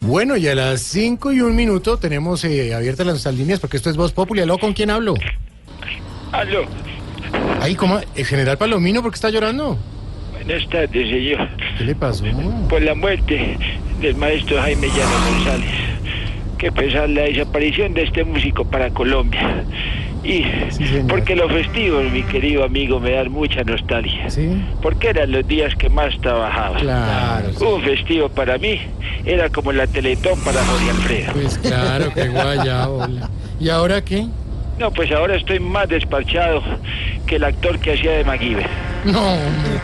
Bueno, y a las 5 y un minuto tenemos eh, abiertas nuestras líneas porque esto es Voz Populi. ¿Aló, con quién hablo? Aló, Ay, ¿cómo? ¿El general Palomino por qué está llorando? buenas tardes, señor. ¿Qué le pasó? Por la muerte del maestro Jaime Llano González. Qué pesar la desaparición de este músico para Colombia. Y Sí, señor. porque los festivos, mi querido amigo, me dan mucha nostalgia. Sí. Porque eran los días que más trabajaba. Claro, sí. Un festivo para mí era como la Teletón para Jorge Alfredo. Pues claro, qué guaya, hola. ¿Y ahora qué? No, pues ahora estoy más despachado que el actor que hacía de MacGyver. No. hombre.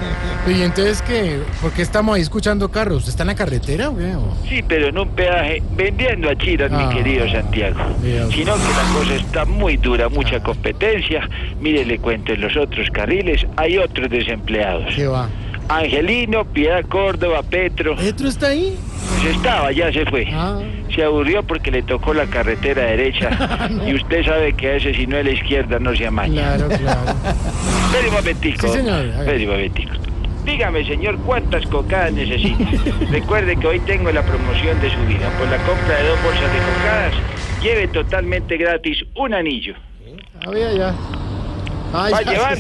¿Y entonces qué? ¿Por qué estamos ahí escuchando carros? ¿Usted está en la carretera, güey? o? Sí, pero en un peaje, vendiendo a chiras, Ah, mi querido Santiago. Dios. Sino que la cosa está muy dura, mucha Ah. competencia. Mire, le cuento, en los otros carriles hay otros desempleados. ¿Qué va? Angelino, Piedad Córdoba, Petro. ¿Petro está ahí? Se estaba, ya se fue. Ah. Se aburrió porque le tocó la carretera derecha. No. Y usted sabe que a ese si no es la izquierda no se amaña. Claro, claro. Espere un momentico. Sí, señor. A ver. Espere un momentico. Dígame, señor, ¿cuántas cocadas necesita? Recuerde que hoy tengo la promoción de su vida. Por la compra de dos bolsas de cocadas, lleve totalmente gratis un anillo. A ver, ya. Ay, ¿Va a llevar?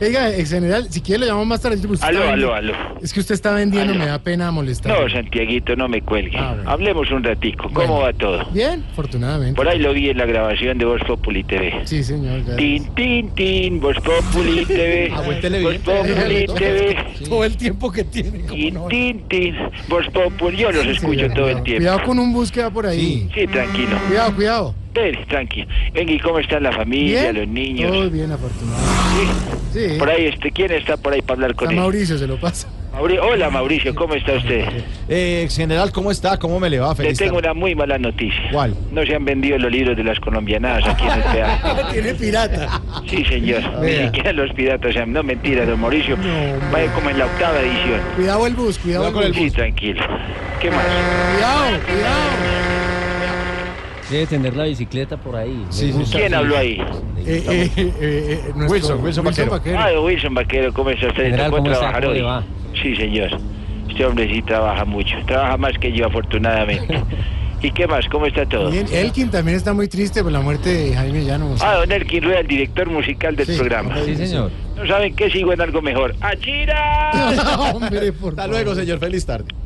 Oiga, ex general, si quiere le llamamos más tarde. Usted Aló, está aló, vendi- aló. Es que usted está vendiendo, Aló. me da pena molestar. No, Santiaguito, no me cuelgue. Ah, bueno. Hablemos un ratico. ¿Cómo Bueno. va todo? Bien, afortunadamente. Por ahí lo vi en la grabación de Voz Populi TV. Sí, señor. gracias. Tin, tin, tin, Voz Populi TV. Ah, buen Voz televidente. Populi TV. Todo el tiempo que tiene. Y tin, tin, Voz Populi. Yo los Sí, escucho señor, todo cuidado. el tiempo. Cuidado con un bus que va por ahí. Sí, tranquilo. Cuidado, cuidado. Ven, tranqui. Venga, ¿y cómo está la familia, los niños? Todo bien, afortunado. Sí. Sí. Por ahí, este, ¿quién está por ahí para hablar con San él? Mauricio se lo pasa. Mauri- Hola, Mauricio, ¿cómo está usted? Eh, general, ¿cómo está? ¿Cómo me le va? Le Ah, Feliz tengo tarde. una muy mala noticia. ¿Cuál? No se han vendido los libros de las colombianadas aquí en el peaje. Tiene pirata. Sí, señor. Ni Vea. siquiera los piratas, o sea, no mentira, don Mauricio. No. Vaya como en la octava edición. Cuidado el bus, Cuidado cuidado, con el el bus. Sí, tranquilo. ¿Qué Ah, más? Cuidado, cuidado. Debe tener la bicicleta por ahí. Sí, sí, sí. ¿Quién habló ahí? Eh, eh, eh, eh, nuestro- Wilson, Wilson Vaquero. Ah, don Wilson Vaquero, ¿cómo está usted? ¿Le General, tocó ¿cómo está? trabajar ¿Cómo hoy? le va? Sí, señor. Este hombre sí trabaja mucho. Trabaja más que yo, afortunadamente. ¿Y qué más? ¿Cómo está todo? Bien, Elkin también está muy triste por la muerte de Jaime Llano. Ah, don Elkin Rueda, el director musical del Sí. programa. Sí, señor. ¿No saben qué? Sigo en algo mejor. ¡Achira! Hombre, por Hasta favor. luego, señor. Feliz tarde.